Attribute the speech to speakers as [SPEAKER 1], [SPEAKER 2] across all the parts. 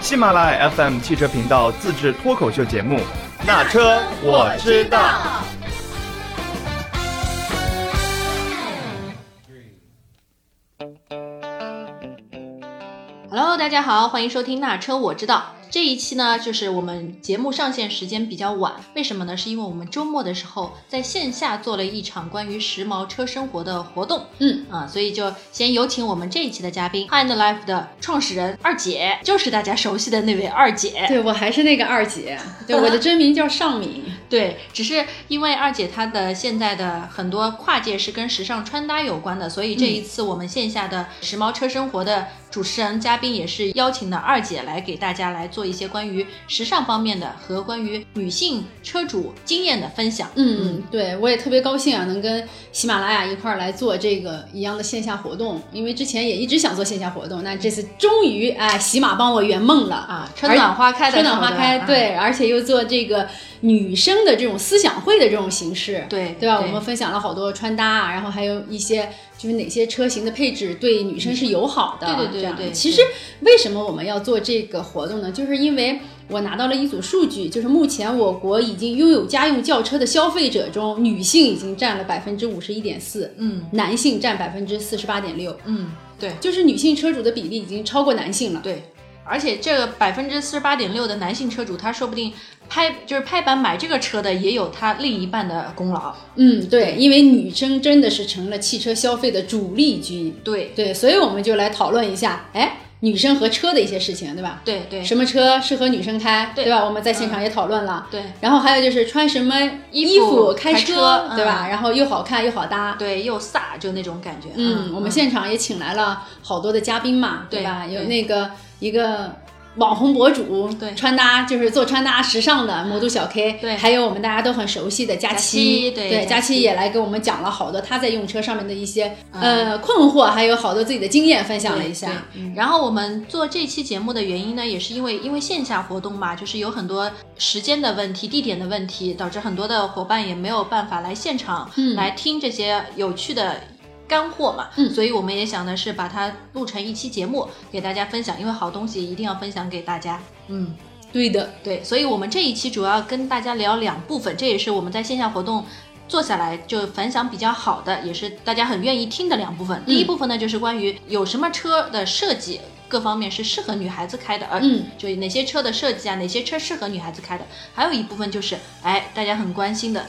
[SPEAKER 1] 喜马拉雅 FM 汽车频道自制脱口秀节目《那车我知道》。
[SPEAKER 2] Hello，大家好，欢迎收听《那车我知道》。这一期呢，就是我们节目上线时间比较晚，为什么呢？是因为我们周末的时候在线下做了一场关于时髦车生活的活动
[SPEAKER 3] 嗯，
[SPEAKER 2] 啊，所以就先有请我们这一期的嘉宾 Hind Life 的创始人二姐，就是大家熟悉的那位二姐。
[SPEAKER 3] 对我还是那个二姐，对我的真名叫尚敏，
[SPEAKER 2] 对，只是因为二姐她的现在的很多跨界是跟时尚穿搭有关的，所
[SPEAKER 3] 嗯
[SPEAKER 2] 以这一次我们线下的时髦车生活的主持人嘉宾也是邀请的二姐来给大家来做一些关于时尚方面的和关于女性车主经验的分享。
[SPEAKER 3] 嗯，对我也特别高兴啊，能跟喜马拉雅一块儿来做这个一样的线下活动，因为之前也一直想做线下活动，那这次终于哎，喜马帮我圆梦了啊，
[SPEAKER 2] 啊，春暖花开的
[SPEAKER 3] 春
[SPEAKER 2] 时候嗯
[SPEAKER 3] 暖
[SPEAKER 2] 呢，
[SPEAKER 3] 花开，对，而且又做这个女生的这种思想会的这种形式，
[SPEAKER 2] 对
[SPEAKER 3] 对吧？我们分享了好多穿搭啊，然后还有一些就是哪些车型的配置对女生是友好的。
[SPEAKER 2] 对对对
[SPEAKER 3] 这样
[SPEAKER 2] 对对
[SPEAKER 3] 其实为什么我们要做这个活动呢？就是因为我拿到了一组数据，就是目前我国已经拥有家用轿车的消费者中，女性已经占了百分之五十一点四，
[SPEAKER 2] 嗯
[SPEAKER 3] 男性占百分之四十八点六，
[SPEAKER 2] 嗯，对
[SPEAKER 3] 就是女性车主的比例已经超过男性了。
[SPEAKER 2] 对。而且这个百分之四十八点六的男性车主，他说不定拍就是拍板买这个车的，也有他另一半的功劳。
[SPEAKER 3] 嗯，对，因为女生真的是成了汽车消费的主力军。
[SPEAKER 2] 对
[SPEAKER 3] 对，所以我们就来讨论一下，哎，女生和车的一些事情，对吧？
[SPEAKER 2] 对对
[SPEAKER 3] 什么车适合女生开，
[SPEAKER 2] 对
[SPEAKER 3] 对吧？我们在现场也讨论了。
[SPEAKER 2] 对
[SPEAKER 3] 然后还有就是穿什么
[SPEAKER 2] 衣
[SPEAKER 3] 衣
[SPEAKER 2] 服
[SPEAKER 3] 开
[SPEAKER 2] 开车
[SPEAKER 3] 对吧？
[SPEAKER 2] 嗯
[SPEAKER 3] 然后又好看又好搭。
[SPEAKER 2] 对，又飒，就那种感觉。
[SPEAKER 3] 嗯，我们现场也请来了好多的嘉宾嘛，
[SPEAKER 2] 对
[SPEAKER 3] 吧？有
[SPEAKER 2] 对
[SPEAKER 3] 那个一个网红博主，
[SPEAKER 2] 对
[SPEAKER 3] 穿搭就是做穿搭时尚的魔都小 K，
[SPEAKER 2] 对
[SPEAKER 3] 还有我们大家都很熟悉的佳
[SPEAKER 2] 期
[SPEAKER 3] 期，
[SPEAKER 2] 对佳
[SPEAKER 3] 佳
[SPEAKER 2] 期
[SPEAKER 3] 期也来给我们讲了好多她在用车上面的一些
[SPEAKER 2] 嗯
[SPEAKER 3] 呃困惑，还有好多自己的经验分享了一下。
[SPEAKER 2] 对嗯对然后我们做这期节目的原因呢，也是因为因为线下活动嘛，就是有很多时间的问题、地点的问题，导致很多的伙伴也没有办法来现场、
[SPEAKER 3] 嗯
[SPEAKER 2] 来听这些有趣的。干货嘛，
[SPEAKER 3] 嗯
[SPEAKER 2] 所以我们也想的是把它录成一期节目给大家分享，因为好东西一定要分享给大家。嗯，
[SPEAKER 3] 对的，
[SPEAKER 2] 对，所以我们这一期主要跟大家聊两部分，这也是我们在线下活动做下来就反响比较好的，也是大家很愿意听的两部分。第
[SPEAKER 3] 嗯
[SPEAKER 2] 一部分呢，就是关于有什么车的设计各方面是适合女孩子开的，呃，
[SPEAKER 3] 嗯，
[SPEAKER 2] 就哪些车的设计啊，哪些车适合女孩子开的。还有一部分就是，哎，大家很关心的，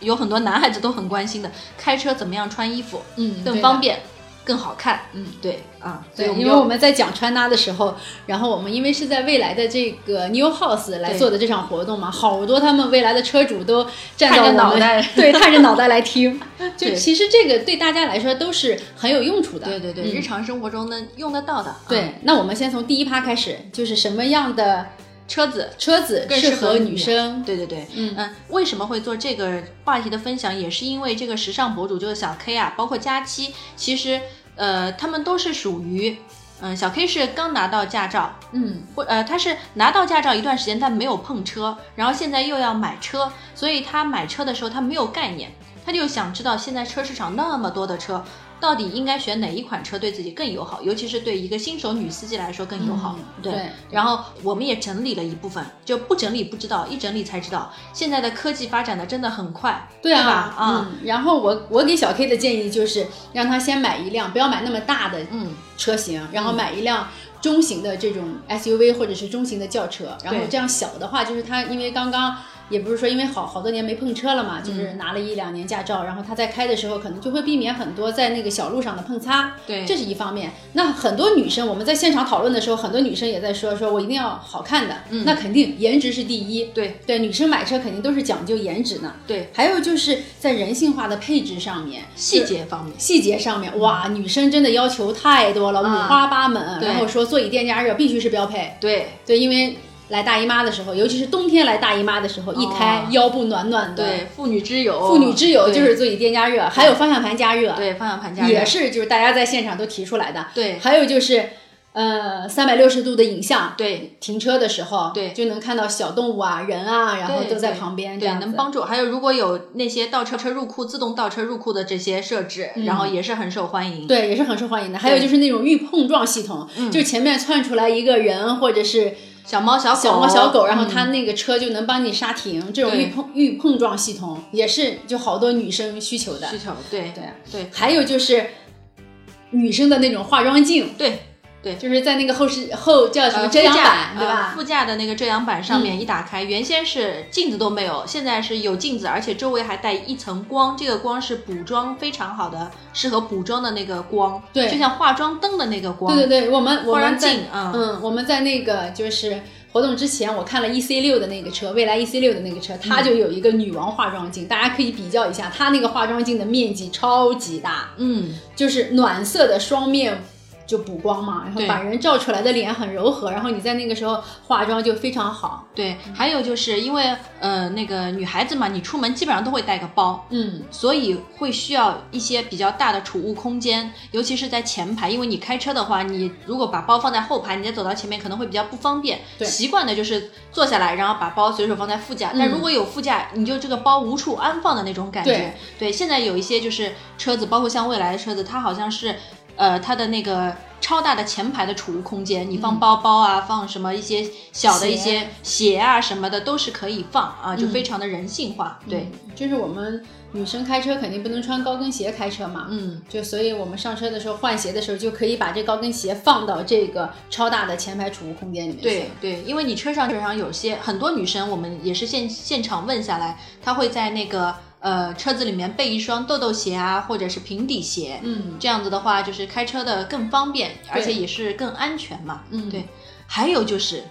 [SPEAKER 2] 有很多男孩子都很关心的，开车怎么样穿衣服
[SPEAKER 3] 嗯，
[SPEAKER 2] 更
[SPEAKER 3] 对
[SPEAKER 2] 方
[SPEAKER 3] 的。
[SPEAKER 2] 便、更好看。嗯，对啊，所
[SPEAKER 3] 对
[SPEAKER 2] 以，我们
[SPEAKER 3] 因为我
[SPEAKER 2] 就
[SPEAKER 3] 们在讲穿搭的时候，然后我们因为是在未来的这个 New House 来
[SPEAKER 2] 对
[SPEAKER 3] 做的这场活动嘛，好多他们未来的车主都站
[SPEAKER 2] 探着
[SPEAKER 3] 到我
[SPEAKER 2] 脑
[SPEAKER 3] 们
[SPEAKER 2] 袋
[SPEAKER 3] 对，探着脑袋来听。就
[SPEAKER 2] 对
[SPEAKER 3] 其实这个对大家来说都是很有用处 的。
[SPEAKER 2] 对对对，
[SPEAKER 3] 嗯
[SPEAKER 2] 日常生活中能用得到的。啊
[SPEAKER 3] 对，那我们先从第一趴开始，就是什么样的
[SPEAKER 2] 车子
[SPEAKER 3] 车子
[SPEAKER 2] 更适合
[SPEAKER 3] 合
[SPEAKER 2] 女
[SPEAKER 3] 女生？
[SPEAKER 2] 对对对，
[SPEAKER 3] 嗯
[SPEAKER 2] 为什么会做这个话题的分享，也是因为这个时尚博主就是小 K 啊，包括佳期，其实呃，他们都是属于，嗯、小 K 是刚拿到驾照，
[SPEAKER 3] 嗯，
[SPEAKER 2] 或呃，他是拿到驾照一段时间，但没有碰车，然后现在又要买车，所以他买车的时候他没有概念，他就想知道现在车市场那么多的车，到底应该选哪一款车对自己更友好，尤其是对一个新手女司机来说更友好。
[SPEAKER 3] 嗯
[SPEAKER 2] 对
[SPEAKER 3] 对
[SPEAKER 2] 然后我们也整理了一部分，就不整理不知道，一整理才知道，现在的科技发展的真的很快，
[SPEAKER 3] 对啊，
[SPEAKER 2] 吧？啊、
[SPEAKER 3] 嗯。然后我我给小 K 的建议就是，让他先买一辆，不要买那么大的
[SPEAKER 2] 嗯
[SPEAKER 3] 车型，然后买一辆中型的这种 SUV 或者是中型的轿车，然后
[SPEAKER 2] 对
[SPEAKER 3] 这样小的话，就是他因为刚刚也不是说因为好好多年没碰车了嘛，就是
[SPEAKER 2] 嗯
[SPEAKER 3] 拿了一两年驾照，然后他在开的时候可能就会避免很多在那个小路上的碰擦，
[SPEAKER 2] 对
[SPEAKER 3] 这是一方面。那很多女生我们在现场讨论的时候，很多女生也在说，说我一定要好看的，
[SPEAKER 2] 嗯
[SPEAKER 3] 那肯定颜值是第一，
[SPEAKER 2] 对
[SPEAKER 3] 对，女生买车肯定都是讲究颜值呢。
[SPEAKER 2] 对，
[SPEAKER 3] 还有就是在人性化的配置上面，
[SPEAKER 2] 细节方面，
[SPEAKER 3] 细节
[SPEAKER 2] 嗯
[SPEAKER 3] 上面，哇，女生真的要求太多了，五
[SPEAKER 2] 啊
[SPEAKER 3] 花八门。
[SPEAKER 2] 对
[SPEAKER 3] 然后说座椅垫加热必须是标配，
[SPEAKER 2] 对
[SPEAKER 3] 对，因为来大姨妈的时候，尤其是冬天来大姨妈的时候，一开腰部暖暖的。
[SPEAKER 2] 哦对，，妇女之友，
[SPEAKER 3] 妇女之友
[SPEAKER 2] 对
[SPEAKER 3] 就是座椅垫加热，还有方向盘加热，
[SPEAKER 2] 对方向盘加热
[SPEAKER 3] 也是就是大家在现场都提出来的。
[SPEAKER 2] 对
[SPEAKER 3] 还有就是，呃，三百六十度的影像，
[SPEAKER 2] 对。
[SPEAKER 3] 停车的时候，
[SPEAKER 2] 对
[SPEAKER 3] 就能看到小动物啊、人啊，然后
[SPEAKER 2] 对
[SPEAKER 3] 都在
[SPEAKER 2] 对
[SPEAKER 3] 旁边，这
[SPEAKER 2] 对，
[SPEAKER 3] 样
[SPEAKER 2] 能
[SPEAKER 3] 子
[SPEAKER 2] 帮助。还有，如果有那些倒车车入库、自动倒车入库的这些设置，
[SPEAKER 3] 嗯
[SPEAKER 2] 然后也是很受欢迎。嗯
[SPEAKER 3] 对，也是很受欢迎的。还有就是那种预碰撞系统，就是前面窜出来一个人或者是
[SPEAKER 2] 小猫小狗、
[SPEAKER 3] 小猫小狗，然后
[SPEAKER 2] 嗯
[SPEAKER 3] 它那个车就能帮你刹停，这种
[SPEAKER 2] 对
[SPEAKER 3] 预碰预碰撞系统也是就好多女生需求的
[SPEAKER 2] 需。求，对
[SPEAKER 3] 对啊
[SPEAKER 2] 对
[SPEAKER 3] 还有就是女生的那种化妆镜，
[SPEAKER 2] 对，
[SPEAKER 3] 就是在那个后视后叫什么
[SPEAKER 2] 呃
[SPEAKER 3] 遮阳
[SPEAKER 2] 副驾
[SPEAKER 3] 板，对
[SPEAKER 2] 呃
[SPEAKER 3] 吧嗯
[SPEAKER 2] 副？驾的那个遮阳板上面一打开，原先是镜子都没有，现在是有镜子，而且周围还带一层光，这个光是补妆非常好的，适合补妆的那个光，
[SPEAKER 3] 对
[SPEAKER 2] 就像化妆灯的那个光，
[SPEAKER 3] 对对对，我们我
[SPEAKER 2] 化妆
[SPEAKER 3] 们在
[SPEAKER 2] 镜啊，
[SPEAKER 3] 嗯，我们在那个就是活动之前，我看了 E C 六的那个车，未来 E C 六的那个车，
[SPEAKER 2] 嗯
[SPEAKER 3] 它就有一个女王化妆镜，大家可以比较一下，它那个化妆镜的面积超级大，
[SPEAKER 2] 嗯，
[SPEAKER 3] 就是暖色的双面。就补光嘛，然后
[SPEAKER 2] 对
[SPEAKER 3] 把人照出来的脸很柔和，然后你在那个时候化妆就非常好。
[SPEAKER 2] 对，还有就是因为呃那个女孩子嘛，你出门基本上都会带个包，
[SPEAKER 3] 嗯，
[SPEAKER 2] 所以会需要一些比较大的储物空间，尤其是在前排，因为你开车的话，你如果把包放在后排，你再走到前面可能会比较不方便。
[SPEAKER 3] 对
[SPEAKER 2] 习惯的就是坐下来，然后把包随手放在副驾。但如果有副驾，你就这个包无处安放的那种感觉。
[SPEAKER 3] 对
[SPEAKER 2] 对，现在有一些就是车子，包括像蔚来的车子，它好像是，呃，它的那个超大的前排的储物空间，你放包包啊，放什么一些小的一些鞋啊什么的都是可以放啊，就非常的人性化。对，
[SPEAKER 3] 就是我们女生开车肯定不能穿高跟鞋开车嘛，
[SPEAKER 2] 嗯，
[SPEAKER 3] 就所以我们上车的时候换鞋的时候就可以把这高跟鞋放到这个超大的前排储物空间里面去。
[SPEAKER 2] 对对，因为你车上基本上有些很多女生，我们也是现现场问下来，她会在那个呃车子里面备一双豆豆鞋啊，或者是平底鞋，
[SPEAKER 3] 嗯，
[SPEAKER 2] 这样子的话就是开车的更方便，而且也是更安全嘛。
[SPEAKER 3] 嗯
[SPEAKER 2] 对。还有就是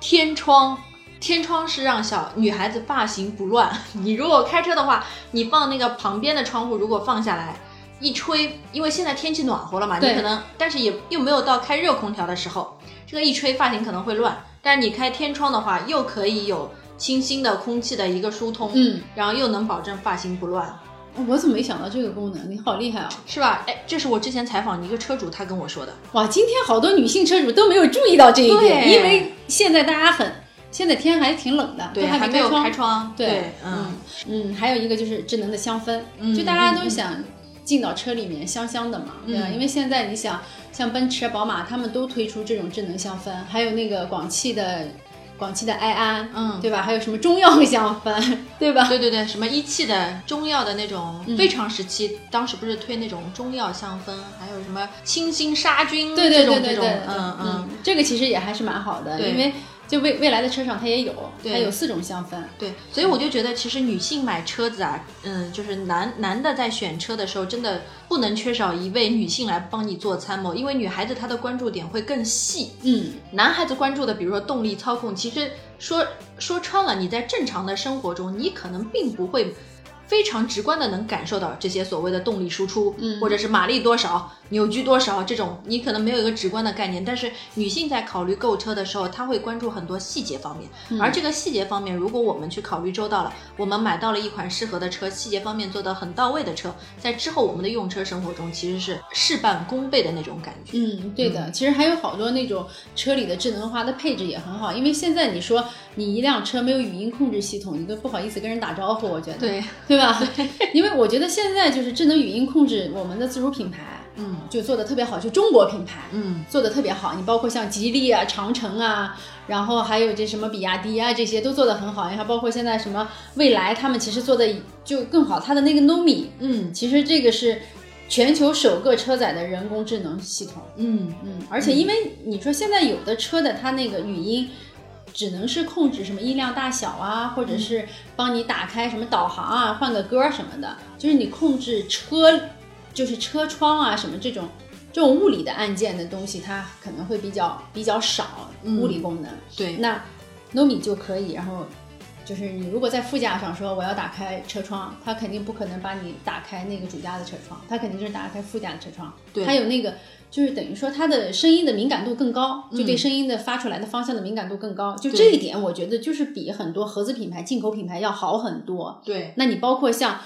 [SPEAKER 2] 天窗。天窗是让小女孩子发型不乱。 你如果开车的话，你放那个旁边的窗户，如果放下来一吹，因为现在天气暖和了嘛，你
[SPEAKER 3] 对
[SPEAKER 2] 可能但是也又没有到开热空调的时候，这个一吹发型可能会乱。但是你开天窗的话，又可以有清新的空气的一个疏通，
[SPEAKER 3] 嗯，
[SPEAKER 2] 然后又能保证发型不乱，
[SPEAKER 3] 我怎么没想到这个功能？你好厉害啊！
[SPEAKER 2] 是吧？哎，这是我之前采访一个车主，他跟我说的。
[SPEAKER 3] 哇，今天好多女性车主都没有注意到这一点，
[SPEAKER 2] 对
[SPEAKER 3] 因为现在大家很，现在天还挺冷的，
[SPEAKER 2] 对，
[SPEAKER 3] 都还
[SPEAKER 2] 没有
[SPEAKER 3] 窗。
[SPEAKER 2] 开窗。
[SPEAKER 3] 对
[SPEAKER 2] 嗯，
[SPEAKER 3] 嗯，还有一个就是智能的香氛，
[SPEAKER 2] 嗯
[SPEAKER 3] 就大家都想进到车里面香香的嘛，对吧？
[SPEAKER 2] 嗯
[SPEAKER 3] 因为现在你想，像奔驰、啊宝马他们都推出这种智能香氛，还有那个广汽的广汽的埃安，
[SPEAKER 2] 嗯
[SPEAKER 3] 对吧？还有什么中药香氛，对 吧？
[SPEAKER 2] 对对对，什么一汽的中药的那种
[SPEAKER 3] 嗯
[SPEAKER 2] 非常时期，当时不是推那种中药香氛，还有什么清新杀菌
[SPEAKER 3] 对
[SPEAKER 2] 这
[SPEAKER 3] 对
[SPEAKER 2] 种
[SPEAKER 3] 对
[SPEAKER 2] 这
[SPEAKER 3] 对
[SPEAKER 2] 种
[SPEAKER 3] 对，，
[SPEAKER 2] 嗯嗯，，
[SPEAKER 3] 这个其实也还是蛮好的，
[SPEAKER 2] 对
[SPEAKER 3] 因为就未未来的车上它也有，
[SPEAKER 2] 对
[SPEAKER 3] 它有四种香氛，
[SPEAKER 2] 对，所以我就觉得其实女性买车子啊，嗯，就是男男的在选车的时候，真的不能缺少一位女性来帮你做参谋，因为女孩子她的关注点会更细，
[SPEAKER 3] 嗯，
[SPEAKER 2] 男孩子关注的，比如说动力操控，其实说说穿了，你在正常的生活中，你可能并不会非常直观的能感受到这些所谓的动力输出，
[SPEAKER 3] 嗯
[SPEAKER 2] 或者是马力多少、扭矩多少这种，你可能没有一个直观的概念。但是女性在考虑购车的时候，她会关注很多细节方面，而这个细节方面，如果我们去考虑周到了，我们买到了一款适合的车，细节方面做得很到位的车，在之后我们的用车生活中，其实是事半功倍的那种感觉。
[SPEAKER 3] 嗯，对的，其实还有好多那种车里的智能化的配置也很好，因为现在你说你一辆车没有语音控制系统，你都不好意思跟人打招呼，我觉得，
[SPEAKER 2] 对，
[SPEAKER 3] 嗯 对吧？因为我觉得现在就是智能语音控制，我们的自主品牌
[SPEAKER 2] 嗯
[SPEAKER 3] 就做的特别好，就中国品牌，
[SPEAKER 2] 嗯。
[SPEAKER 3] 做的特别好，你包括像吉利啊、长城啊，然后还有这什么比亚迪啊，这些都做的很好，然后包括现在什么蔚来，他们其实做的就更好，它的那个 Nomi，
[SPEAKER 2] 嗯
[SPEAKER 3] 其实这个是全球首个车载的人工智能系统。
[SPEAKER 2] 嗯
[SPEAKER 3] 嗯，而且因为你说现在有的车的它那个语音，只能是控制什么音量大小啊，或者是帮你打开什么导航啊，换个歌什么的，就是你控制车，就是车窗啊什么这种。这种物理的按键的东西，它可能会比较比较少，
[SPEAKER 2] 嗯
[SPEAKER 3] 物理功能。，
[SPEAKER 2] 对，
[SPEAKER 3] 那 Nomi 就可以，然后就是你如果在副驾上说我要打开车窗，它肯定不可能把你打开那个主驾的车窗，它肯定就是打开副驾的车窗。
[SPEAKER 2] 对
[SPEAKER 3] 它有那个就是等于说它的声音的敏感度更高，就对
[SPEAKER 2] 嗯
[SPEAKER 3] 声音的发出来的方向的敏感度更高。就
[SPEAKER 2] 对
[SPEAKER 3] 这一点，我觉得就是比很多合资品牌、进口品牌要好很多。
[SPEAKER 2] 对，
[SPEAKER 3] 那你包括像。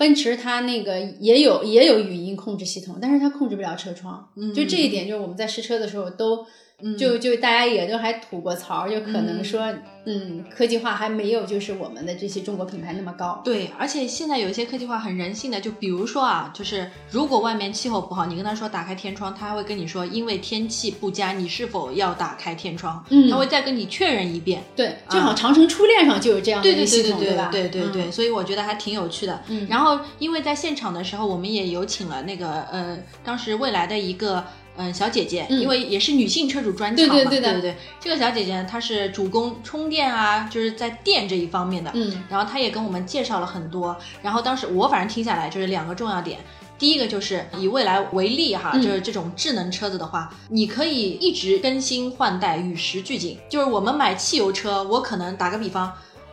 [SPEAKER 3] 奔驰它那个也有也有语音控制系统，但是它控制不了车窗，
[SPEAKER 2] 嗯
[SPEAKER 3] 就这一点，就是我们在试车的时候都
[SPEAKER 2] 嗯
[SPEAKER 3] 就就大家也都还吐过槽，就可能说，嗯科技化还没有就是我们的这些中国品牌那么高。
[SPEAKER 2] 对，而且现在有一些科技化很人性的，就比如说啊，就是如果外面气候不好，你跟他说打开天窗，他还会跟你说因为天气不佳，你是否要打开天窗？
[SPEAKER 3] 嗯
[SPEAKER 2] 他会再跟你确认一遍。
[SPEAKER 3] 对，就好像《长城初恋》上就有这样的
[SPEAKER 2] 嗯对对
[SPEAKER 3] 一个
[SPEAKER 2] 对
[SPEAKER 3] 系
[SPEAKER 2] 对
[SPEAKER 3] 统，
[SPEAKER 2] 对
[SPEAKER 3] 吧？
[SPEAKER 2] 对对
[SPEAKER 3] 嗯
[SPEAKER 2] 对，所以我觉得还挺有趣的。
[SPEAKER 3] 嗯
[SPEAKER 2] 然后因为在现场的时候，我们也有请了那个呃，当时未来的一个。嗯，小姐姐，
[SPEAKER 3] 嗯
[SPEAKER 2] 因为也是女性车主专场嘛，
[SPEAKER 3] 对
[SPEAKER 2] 对
[SPEAKER 3] 对对的
[SPEAKER 2] 对这个小姐姐她是主攻充电啊，就是在电这一方面的。
[SPEAKER 3] 嗯
[SPEAKER 2] 然后她也跟我们介绍了很多。然后当时我反正听下来就是两个重要点，第一个就是以未来为例哈，
[SPEAKER 3] 嗯
[SPEAKER 2] 就是这种智能车子的话，你可以一直更新换代，与时俱进。就是我们买汽油车，我可能打个比方，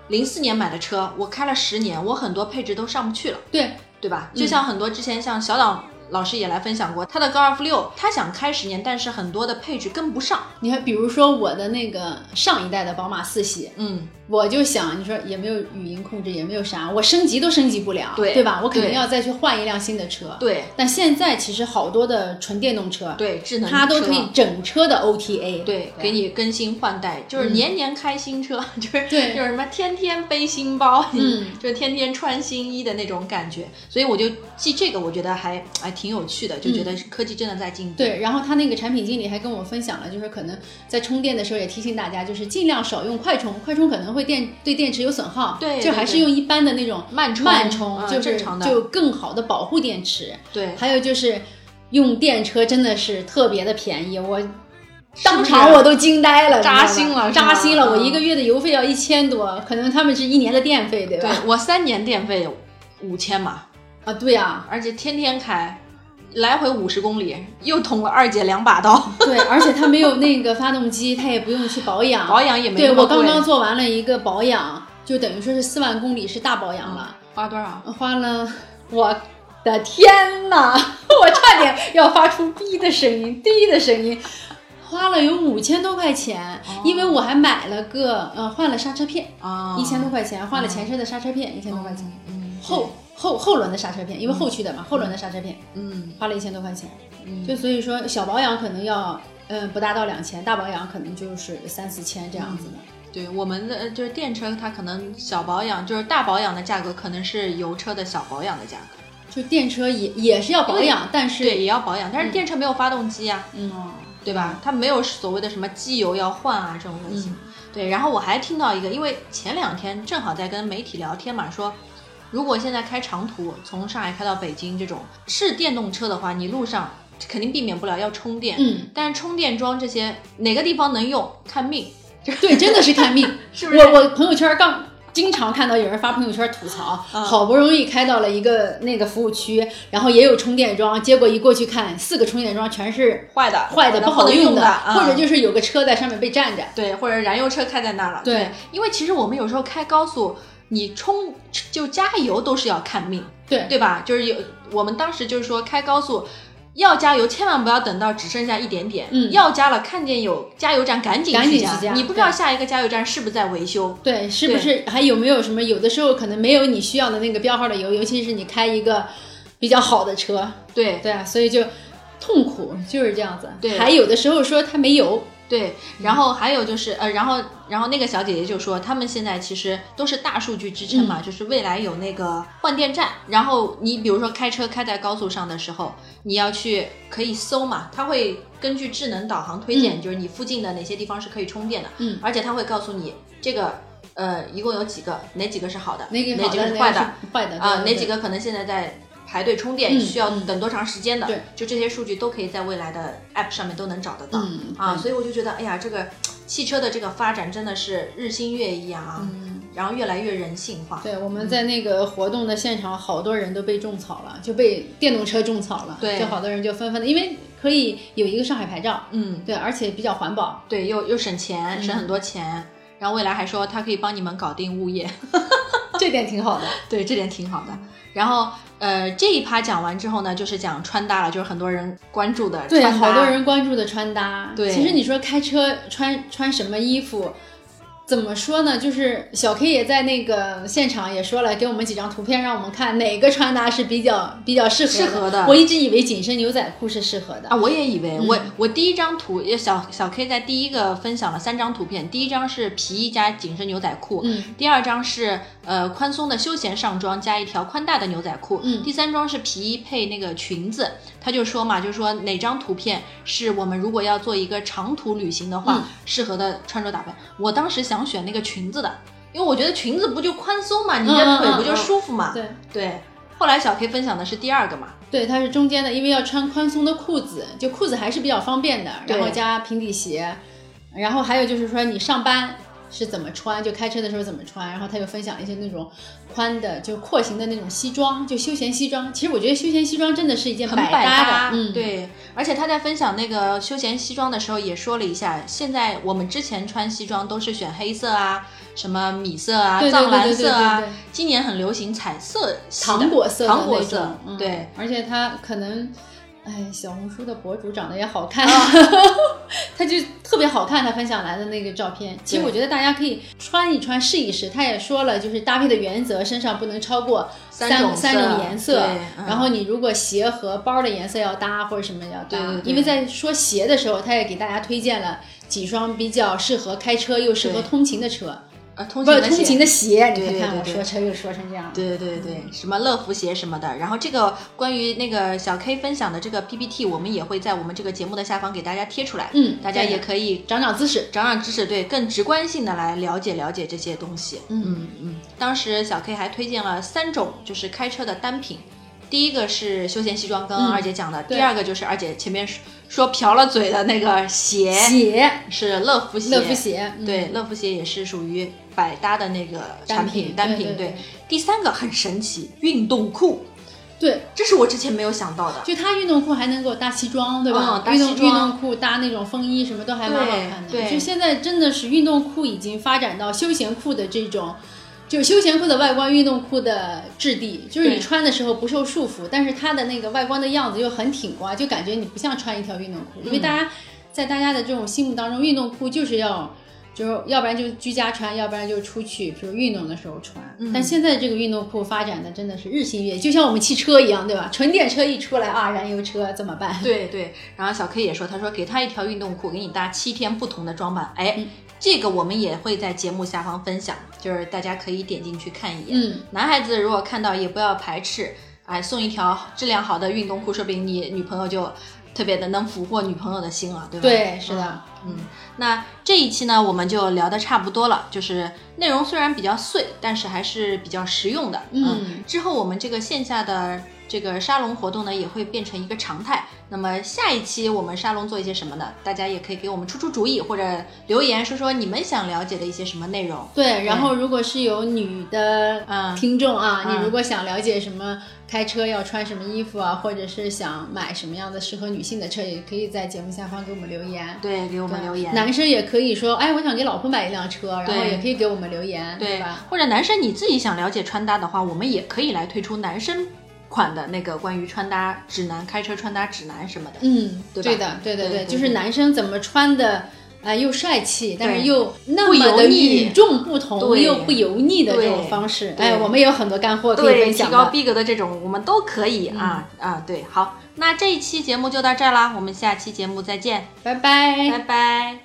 [SPEAKER 2] 零四年买的车，我开了十年，我很多配置都上不去了，
[SPEAKER 3] 对，
[SPEAKER 2] 对吧？
[SPEAKER 3] 嗯
[SPEAKER 2] 就像很多之前像小党。老师也来分享过，他的高尔夫六，他想开十年，但是很多的配置跟不上。
[SPEAKER 3] 你看，比如说我的那个上一代的宝马四系，
[SPEAKER 2] 嗯，
[SPEAKER 3] 我就想，你说也没有语音控制，也没有啥，我升级都升级不了，
[SPEAKER 2] 对
[SPEAKER 3] 吧？我肯定
[SPEAKER 2] 对
[SPEAKER 3] 要再去换一辆新的车。，
[SPEAKER 2] 对
[SPEAKER 3] 但现在其实好多的纯电动车，，
[SPEAKER 2] 对，智能
[SPEAKER 3] 它都
[SPEAKER 2] 车
[SPEAKER 3] 可以整车的 OTA，
[SPEAKER 2] 对，给你更新换代，就是
[SPEAKER 3] 嗯
[SPEAKER 2] 年年开新车， 就是
[SPEAKER 3] 对
[SPEAKER 2] 就是什么天天背新包，
[SPEAKER 3] 嗯，
[SPEAKER 2] 就是天天穿新衣的那种感觉。所以我就记这个，我觉得还哎挺有趣的，就觉得科技真的在进步。
[SPEAKER 3] 嗯对，然后他那个产品经理还跟我分享了，就是可能在充电的时候也提醒大家，就是尽量少用快充，快充可能会电对电池有损耗，
[SPEAKER 2] 对
[SPEAKER 3] 就
[SPEAKER 2] 对
[SPEAKER 3] 还是
[SPEAKER 2] 对
[SPEAKER 3] 用一般的那种
[SPEAKER 2] 慢充
[SPEAKER 3] 慢充，
[SPEAKER 2] 嗯
[SPEAKER 3] 就是
[SPEAKER 2] 正常的
[SPEAKER 3] 就更好的保护电池。
[SPEAKER 2] 对
[SPEAKER 3] 还有就是用电车真的是特别的便宜，我
[SPEAKER 2] 不
[SPEAKER 3] 当
[SPEAKER 2] 是
[SPEAKER 3] 场我都惊呆了，你知道
[SPEAKER 2] 扎
[SPEAKER 3] 吧
[SPEAKER 2] 心了是吧
[SPEAKER 3] 扎心了。我
[SPEAKER 2] 嗯
[SPEAKER 3] 一个月的油费要一千多，可能他们是一年的电费，对
[SPEAKER 2] 对
[SPEAKER 3] 吧？
[SPEAKER 2] 我三年电费五千嘛，
[SPEAKER 3] 啊，对呀、
[SPEAKER 2] 而且天天开，来回五十公里，又捅了二姐两把 刀，
[SPEAKER 3] 对，而且它没有那个发动机，它也不用去保养，
[SPEAKER 2] 保养也没
[SPEAKER 3] 对
[SPEAKER 2] 那
[SPEAKER 3] 我
[SPEAKER 2] 么贵。
[SPEAKER 3] 刚刚做完了一个保养，就等于说是四万公里是大保养了，
[SPEAKER 2] 花多少？
[SPEAKER 3] 花了我的天呐， 我差点要发出哔的声音，滴的声音，花了有五千多块钱，
[SPEAKER 2] 哦
[SPEAKER 3] 因为我还买了个呃换了刹车片，
[SPEAKER 2] 啊，
[SPEAKER 3] 一千多块钱换了前车的刹车片，一千多块钱，
[SPEAKER 2] 嗯，
[SPEAKER 3] 后后后轮的刹车片，因为后驱的嘛，后轮的刹车片
[SPEAKER 2] 嗯
[SPEAKER 3] 花了一千多块钱，
[SPEAKER 2] 嗯，
[SPEAKER 3] 就所以说小保养可能要嗯不达到两千，大保养可能就是三四千这样子的。
[SPEAKER 2] 嗯对我们的呃就是电车，它可能小保养就是大保养的价格，可能是油车的小保养的价格，
[SPEAKER 3] 就电车也也是要保养，但是
[SPEAKER 2] 对，也要保养。但是电车没有发动机啊，
[SPEAKER 3] 嗯，
[SPEAKER 2] 对吧？它没有所谓的什么机油要换啊这种东西。
[SPEAKER 3] 嗯
[SPEAKER 2] 对，然后我还听到一个，因为前两天正好在跟媒体聊天嘛，说如果现在开长途，从上海开到北京这种是电动车的话，你路上肯定避免不了要充电。
[SPEAKER 3] 嗯，
[SPEAKER 2] 但是充电桩这些哪个地方能用，看命。
[SPEAKER 3] 对，真的是 看命，
[SPEAKER 2] 是不是
[SPEAKER 3] 我我朋友圈刚。经常看到有人发朋友圈吐槽，
[SPEAKER 2] 嗯
[SPEAKER 3] 好不容易开到了一个那个服务区，然后也有充电桩，结果一过去看，四个充电桩全是
[SPEAKER 2] 坏的
[SPEAKER 3] 坏的、
[SPEAKER 2] 不
[SPEAKER 3] 不好
[SPEAKER 2] 能用
[SPEAKER 3] 的，
[SPEAKER 2] 的啊
[SPEAKER 3] 或者就是有个车在上面被占着。
[SPEAKER 2] 对，或者燃油车开在那儿了。
[SPEAKER 3] 对
[SPEAKER 2] 因为其实我们有时候开高速，你冲就加油都是要看命，
[SPEAKER 3] 对
[SPEAKER 2] 对吧？就是有我们当时就是说开高速。要加油，千万不要等到只剩下一点点。
[SPEAKER 3] 嗯
[SPEAKER 2] 要加了，看见有加油站赶紧
[SPEAKER 3] 赶紧
[SPEAKER 2] 加。
[SPEAKER 3] 去加
[SPEAKER 2] 你不知道下一个加油站是不是在维修。
[SPEAKER 3] 对，是不是还有没有什么？有的时候可能没有你需要的那个标号的油，尤其是你开一个比较好的车，
[SPEAKER 2] 对
[SPEAKER 3] 对啊，所以就痛苦就是这样子。
[SPEAKER 2] 对
[SPEAKER 3] 还有的时候说它没油，
[SPEAKER 2] 对，
[SPEAKER 3] 嗯
[SPEAKER 2] 然后还有就是呃，然后然后那个小姐姐就说，他们现在其实都是大数据支撑
[SPEAKER 3] 嗯
[SPEAKER 2] 嘛，就是未来有那个换电站，然后你比如说开车开在高速上的时候，你要去可以搜嘛，它会根据智能导航推荐，就是你附近的哪些地方是可以充电的，
[SPEAKER 3] 嗯
[SPEAKER 2] 而且它会告诉你这个呃一共有几个，哪几个是好的，
[SPEAKER 3] 那个
[SPEAKER 2] 哪
[SPEAKER 3] 好
[SPEAKER 2] 几
[SPEAKER 3] 的
[SPEAKER 2] 个是
[SPEAKER 3] 那
[SPEAKER 2] 坏的，
[SPEAKER 3] 是坏的
[SPEAKER 2] 啊，
[SPEAKER 3] 对对
[SPEAKER 2] 哪几个可能现在在排队充电，
[SPEAKER 3] 嗯
[SPEAKER 2] 需要
[SPEAKER 3] 嗯
[SPEAKER 2] 等多长时间的？
[SPEAKER 3] 对，
[SPEAKER 2] 就这些数据都可以在未来的 App 上面都能找得到、
[SPEAKER 3] 嗯
[SPEAKER 2] 啊，
[SPEAKER 3] 对
[SPEAKER 2] 所以我就觉得，哎呀，这个汽车的这个发展真的是日新月异啊，然后越来越人性化。
[SPEAKER 3] 嗯对，我们在那个活动的现场，好多人都被种草了，就被电动车种草了。
[SPEAKER 2] 对
[SPEAKER 3] 就好多人就纷纷的，因为可以有一个上海牌照，
[SPEAKER 2] 嗯，
[SPEAKER 3] 对，而且比较环保。
[SPEAKER 2] 对，又又省
[SPEAKER 3] 嗯
[SPEAKER 2] 钱，省很多钱。然后未来还说它可以帮你们搞定物业，
[SPEAKER 3] 这点挺好的，
[SPEAKER 2] 对，这点挺好的。然后，呃，这一趴讲完之后呢，就是讲穿搭了，就是很多人关注的
[SPEAKER 3] 对，
[SPEAKER 2] 穿搭
[SPEAKER 3] 好多人关注的穿搭。
[SPEAKER 2] 对
[SPEAKER 3] 其实你说开车穿穿什么衣服，怎么说呢？就是小 K 也在那个现场也说了，给我们几张图片让我们看哪个穿搭是比较比较适合
[SPEAKER 2] 适合的
[SPEAKER 3] 我一直以为紧身牛仔裤是适合的
[SPEAKER 2] 啊，，我也以为、
[SPEAKER 3] 嗯
[SPEAKER 2] 我我第一张图，也小小 K 在第一个分享了三张图片，第一张是皮衣加紧身牛仔裤，
[SPEAKER 3] 嗯，
[SPEAKER 2] 第二张是呃宽松的休闲上装加一条宽大的牛仔裤，
[SPEAKER 3] 嗯
[SPEAKER 2] 第三装是皮衣配那个裙子。他就说嘛，就说哪张图片是我们如果要做一个长途旅行的话，
[SPEAKER 3] 嗯
[SPEAKER 2] 适合的穿着打扮。我当时想选那个裙子的，因为我觉得裙子不就宽松嘛，你
[SPEAKER 3] 嗯
[SPEAKER 2] 这
[SPEAKER 3] 嗯
[SPEAKER 2] 腿
[SPEAKER 3] 嗯
[SPEAKER 2] 不就
[SPEAKER 3] 嗯
[SPEAKER 2] 舒服嘛？
[SPEAKER 3] 对
[SPEAKER 2] 对。后来小 K 分享的是第二个嘛，
[SPEAKER 3] 对，它是中间的，因为要穿宽松的裤子，就裤子还是比较方便的，
[SPEAKER 2] 对
[SPEAKER 3] 然后加平底鞋，然后还有就是说你上班是怎么穿，就开车的时候怎么穿，然后他又分享了一些那种宽的，就廓形的那种西装，就休闲西装。其实我觉得休闲西装真的是一件
[SPEAKER 2] 很
[SPEAKER 3] 百
[SPEAKER 2] 搭
[SPEAKER 3] 搭的，嗯，，
[SPEAKER 2] 对。而且他在分享那个休闲西装的时候也说了一下，现在我们之前穿西装都是选黑色啊、什么米色啊、
[SPEAKER 3] 对对
[SPEAKER 2] 藏
[SPEAKER 3] 对
[SPEAKER 2] 蓝
[SPEAKER 3] 对
[SPEAKER 2] 色
[SPEAKER 3] 对
[SPEAKER 2] 啊
[SPEAKER 3] 对对，
[SPEAKER 2] 今年很流行彩色系的
[SPEAKER 3] 糖果色的那
[SPEAKER 2] 糖果
[SPEAKER 3] 种
[SPEAKER 2] 色，
[SPEAKER 3] 嗯
[SPEAKER 2] 对。
[SPEAKER 3] 而且他可能，哎，小红书的博主长得也好看，
[SPEAKER 2] 啊
[SPEAKER 3] 他就特别好看，他分享来的那个照片。其实
[SPEAKER 2] 对
[SPEAKER 3] 我觉得大家可以穿一穿，试一试。他也说了，就是搭配的原则，身上不能超过
[SPEAKER 2] 三
[SPEAKER 3] 三
[SPEAKER 2] 种
[SPEAKER 3] 三
[SPEAKER 2] 色
[SPEAKER 3] 种颜色
[SPEAKER 2] 对嗯。
[SPEAKER 3] 然后你如果鞋和包的颜色要搭，或者什么要搭，
[SPEAKER 2] 对对对
[SPEAKER 3] 因为在说鞋的时候，他也给大家推荐了。几双比较适合开车又适合
[SPEAKER 2] 对
[SPEAKER 3] 通勤的车，
[SPEAKER 2] 呃，通
[SPEAKER 3] 不
[SPEAKER 2] 勤
[SPEAKER 3] 是
[SPEAKER 2] 的
[SPEAKER 3] 通勤
[SPEAKER 2] 鞋。
[SPEAKER 3] 的鞋，你
[SPEAKER 2] 对对
[SPEAKER 3] 看看我
[SPEAKER 2] 对对
[SPEAKER 3] 说车又说成这样了。
[SPEAKER 2] 对对对，什么乐福鞋什么的，然后这个关于那个小 K 分享的这个 PPT，我们也会在我们这个节目的下方给大家贴出来，
[SPEAKER 3] 嗯
[SPEAKER 2] 大家
[SPEAKER 3] 对的
[SPEAKER 2] 也可以
[SPEAKER 3] 长长姿势，
[SPEAKER 2] 长长知识，对，更直观性的来了解了解这些东西。
[SPEAKER 3] 嗯
[SPEAKER 2] 嗯嗯。当时小 K 还推荐了三种就是开车的单品，第一个是休闲西装，刚刚
[SPEAKER 3] 嗯
[SPEAKER 2] 二姐讲的；
[SPEAKER 3] 对
[SPEAKER 2] 第二个就是二姐前面说说瓢了嘴的那个鞋，
[SPEAKER 3] 鞋，
[SPEAKER 2] 是乐福鞋。
[SPEAKER 3] 乐福鞋，嗯
[SPEAKER 2] 对，乐福鞋也是属于百搭的那个产
[SPEAKER 3] 单
[SPEAKER 2] 品
[SPEAKER 3] 品
[SPEAKER 2] 单
[SPEAKER 3] 对
[SPEAKER 2] 品。
[SPEAKER 3] 对对
[SPEAKER 2] 第三个很神奇，运动裤，
[SPEAKER 3] 对，
[SPEAKER 2] 这是我之前没有想到的。
[SPEAKER 3] 就它运动裤还能够搭西装，对吧
[SPEAKER 2] 嗯？搭
[SPEAKER 3] 运
[SPEAKER 2] 西
[SPEAKER 3] 动
[SPEAKER 2] 装
[SPEAKER 3] 运动裤搭那种风衣什么都还蛮好看
[SPEAKER 2] 对
[SPEAKER 3] 的。
[SPEAKER 2] 对
[SPEAKER 3] 就现在真的是运动裤已经发展到休闲裤的这种。就休闲裤的外观，运动裤的质地，就是
[SPEAKER 2] 对
[SPEAKER 3] 你穿的时候不受束缚，但是它的那个外观的样子又很挺刮，就感觉你不像穿一条运动裤，
[SPEAKER 2] 嗯
[SPEAKER 3] 因为大家在大家的这种心目当中，运动裤就是要，就是要不然就居家穿，要不然就出去，比如运动的时候穿。
[SPEAKER 2] 嗯
[SPEAKER 3] 但现在这个运动裤发展的真的是日新月异，就像我们汽车一样， 对吧？纯电车一出来啊，燃油车怎么办？
[SPEAKER 2] 对对，然后小 K 也说，他说给他一条运动裤，给你搭七天不同的装扮。哎，
[SPEAKER 3] 嗯
[SPEAKER 2] 这个我们也会在节目下方分享，就是大家可以点进去看一眼。
[SPEAKER 3] 嗯，
[SPEAKER 2] 男孩子如果看到也不要排斥，哎，送一条质量好的运动裤，说不定你女朋友就特别的能俘获女朋友的心了，对吧？
[SPEAKER 3] 对，是的。
[SPEAKER 2] 嗯那这一期呢，我们就聊得差不多了。就是内容虽然比较碎，但是还是比较实用的。
[SPEAKER 3] 嗯
[SPEAKER 2] 之后我们这个线下的这个沙龙活动呢，也会变成一个常态。那么下一期我们沙龙做一些什么呢？大家也可以给我们出出主意，或者留言说说你们想了解的一些什么内容。
[SPEAKER 3] 对，然后如果是有女的
[SPEAKER 2] 嗯
[SPEAKER 3] 听众啊，
[SPEAKER 2] 嗯
[SPEAKER 3] 你如果想了解什么开车要穿什么衣服啊，或者是想买什么样的适合女性的车，也可以在节目下方给我们留言。
[SPEAKER 2] 对，给我
[SPEAKER 3] 我
[SPEAKER 2] 们留言。
[SPEAKER 3] 男生也可以说，哎，我想给老婆买一辆车，然后
[SPEAKER 2] 对
[SPEAKER 3] 也可以给我们留言，
[SPEAKER 2] 对
[SPEAKER 3] 吧？，
[SPEAKER 2] 或者男生你自己想了解穿搭的话，我们也可以来推出男生款的那个关于穿搭指南、开车穿搭指南什么的。
[SPEAKER 3] 嗯，
[SPEAKER 2] 对吧
[SPEAKER 3] 对的，对对
[SPEAKER 2] 对对对
[SPEAKER 3] 对，就是男生怎么穿的。哎，又帅气，但是又那
[SPEAKER 2] 不
[SPEAKER 3] 么
[SPEAKER 2] 油
[SPEAKER 3] 的
[SPEAKER 2] 腻
[SPEAKER 3] 与众不同，
[SPEAKER 2] 对
[SPEAKER 3] 又不油腻的这
[SPEAKER 2] 对
[SPEAKER 3] 种方式。
[SPEAKER 2] 对
[SPEAKER 3] 哎，我们有很多干货可以
[SPEAKER 2] 对，
[SPEAKER 3] 分
[SPEAKER 2] 提
[SPEAKER 3] 享
[SPEAKER 2] 高
[SPEAKER 3] 的。嗯
[SPEAKER 2] 逼格的这种，我们都可以啊、啊！对，好，那这一期节目就到这儿啦，我们下期节目再见，
[SPEAKER 3] 拜拜
[SPEAKER 2] 拜拜。